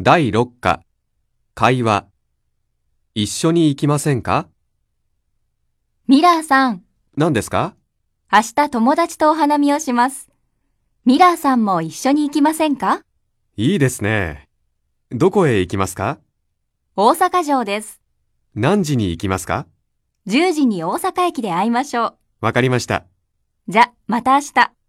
第6課、会話。一緒に行きませんかミラーさん、何ですか明日友達とお花見をします。ミラーさんも一緒に行きませんかいいですね。どこへ行きますか大阪城です。何時に行きますか10時に大阪駅で会いましょう。わかりました。じゃ、また明日。